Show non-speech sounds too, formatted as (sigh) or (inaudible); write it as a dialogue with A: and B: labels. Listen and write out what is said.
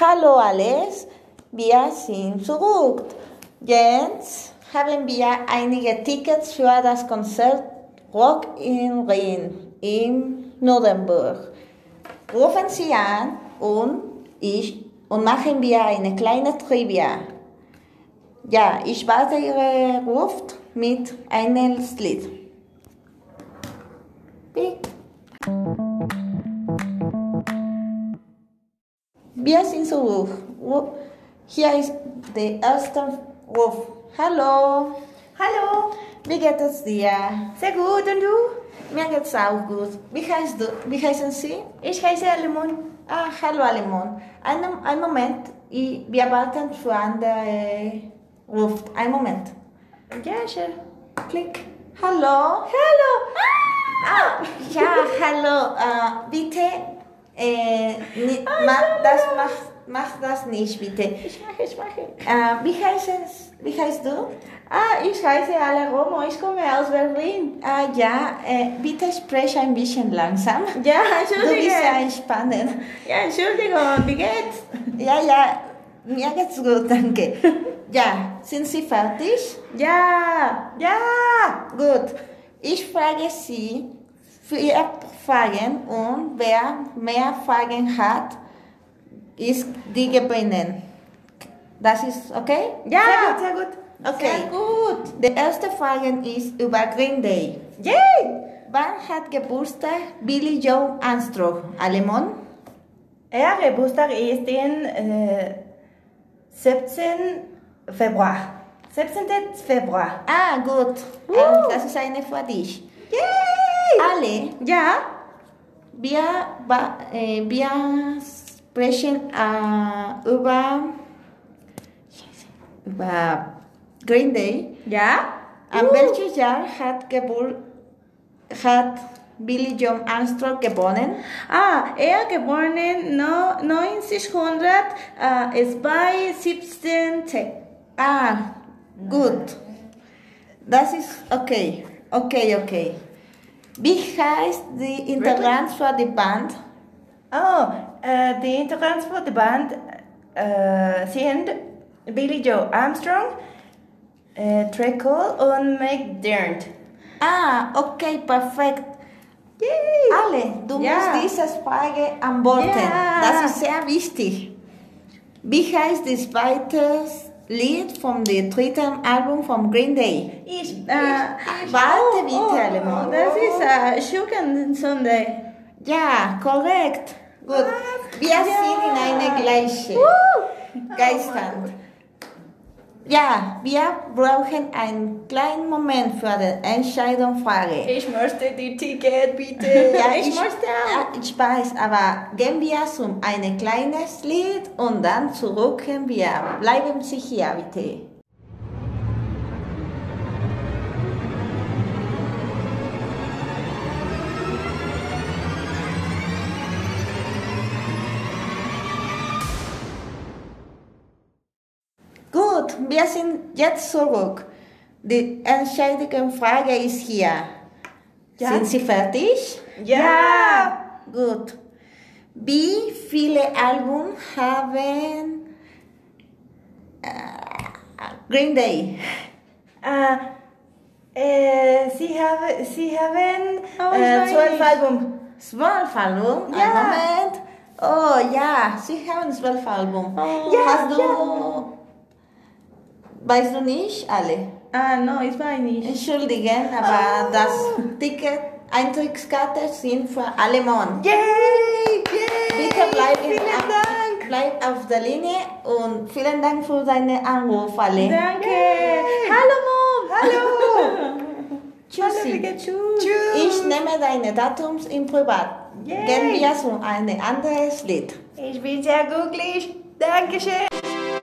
A: Hallo alles, wir sind zurück. Jens, haben wir einige Tickets für das Konzert Rock in Rhein in Nürnberg. Rufen Sie an und ich und machen wir eine kleine Trivia. Ja, ich warte Ihre Ruft mit einem Lied. Pick. Wir sind zurück. Hier ist der erste Ruf. Hallo.
B: Hallo.
A: Wie geht es dir?
B: Sehr gut. Und du?
A: Mir geht's auch gut. Wie, heißt du, wie heißen Sie?
B: Ich heiße Alemon.
A: Ah, hallo Alemon. Einen, einen Moment. Ich, wir warten für andere Ruf. Einen eh, Moment.
B: Ja, schön.
A: Klick. Hallo.
B: Hallo.
A: Ah, ja, hallo. Uh, bitte, äh, ni, mach, das, mach, mach das nicht, bitte.
B: Ich mache, ich mache.
A: Uh, wie, heißt es, wie heißt du?
B: Ah, ich heiße Ale Romo, ich komme aus Berlin.
A: Ah, ja, äh, bitte sprech ein bisschen langsam.
B: Ja, Entschuldigung.
A: Du bist ja entspannend.
B: Ja, Entschuldigung, wie geht's?
A: Ja, ja, mir geht's gut, danke. ja, sind Sie fertig?
B: Ja, ja,
A: gut. Ich frage Sie vier Fragen und wer mehr Fragen hat, ist die gewinnen. Das ist okay?
B: Ja, sehr gut. Sehr gut.
A: Okay.
B: Sehr gut.
A: Die erste Frage ist über Green Day.
B: Yay!
A: Wann hat Geburtstag Billy Joe Armstrong? Alemon?
B: Er Geburtstag ist den äh, 17. Februar. 17. Februar.
A: Ah, gut. Uh. Das ist eine für dich.
B: Yay!
A: Alle. Ja. Wir, äh, wir sprechen äh, über, über Green Day.
B: Ja.
A: An uh. welches Jahr hat, Gebur hat Billy John Armstrong geboren?
B: Ah, er geboren äh, 1972. Äh,
A: ah, Gut. Das ist okay. Okay, okay. Wie heißt die Integrant für die Band?
B: Oh, äh, die Integrant für die Band äh, sind Billy Joe Armstrong, äh, Treacle und Meg Dirnt.
A: Ah, okay, perfekt.
B: Yay.
A: Alle, du ja. musst diese Frage antworten. Ja. Das ist sehr wichtig. Wie heißt die zweite Lied vom dritten Album von Green Day.
B: Ich, äh, ich, ich
A: warte bitte, oh, Alemon.
B: Oh, das ist äh, Sugar Sunday.
A: Ja, korrekt. Gut. Ah, Wir ja. sind in einer gleichen
B: uh,
A: Geistand. Oh ja, wir brauchen einen kleinen Moment für die Entscheidungsfrage.
B: Ich möchte die Ticket, (laughs) bitte.
A: ja, ich, ich möchte auch. Ich weiß, aber gehen wir zum ein kleines Lied und dann zurückkehren wir. Bleiben Sie hier, bitte. Gut, wir sind jetzt zurück. Die entscheidende Frage ist hier. Ja. Sind Sie fertig?
B: Ja. ja.
A: Gut. Wie viele Alben haben äh, Green Day?
B: Uh, äh, sie, habe, sie haben oh, äh, zwölf Alben.
A: Zwölf Alben? Ja. Ein Moment. Oh ja, sie haben zwölf Alben.
B: Oh, ja,
A: Hast du... Ja. Weißt du nicht alle?
B: Ah, no, ich weiß nicht.
A: Entschuldigen,
B: Ah.
A: aber oh. das Ticket, Eintrittskarte sind für alle Mann.
B: Yay!
A: Yay! Bitte bleib,
B: vielen
A: auf,
B: Dank.
A: bleib auf der Linie und vielen Dank für deinen Anruf, alle.
B: Danke! Yay. Hallo Mom! (laughs)
A: Hallo!
B: Tschüssi! ne- Hallo, tschüss.
A: Ich nehme deine Datums im Privat.
B: Yay.
A: Gehen wir zu einem anderen Lied.
B: Ich bin sehr glücklich. Dankeschön!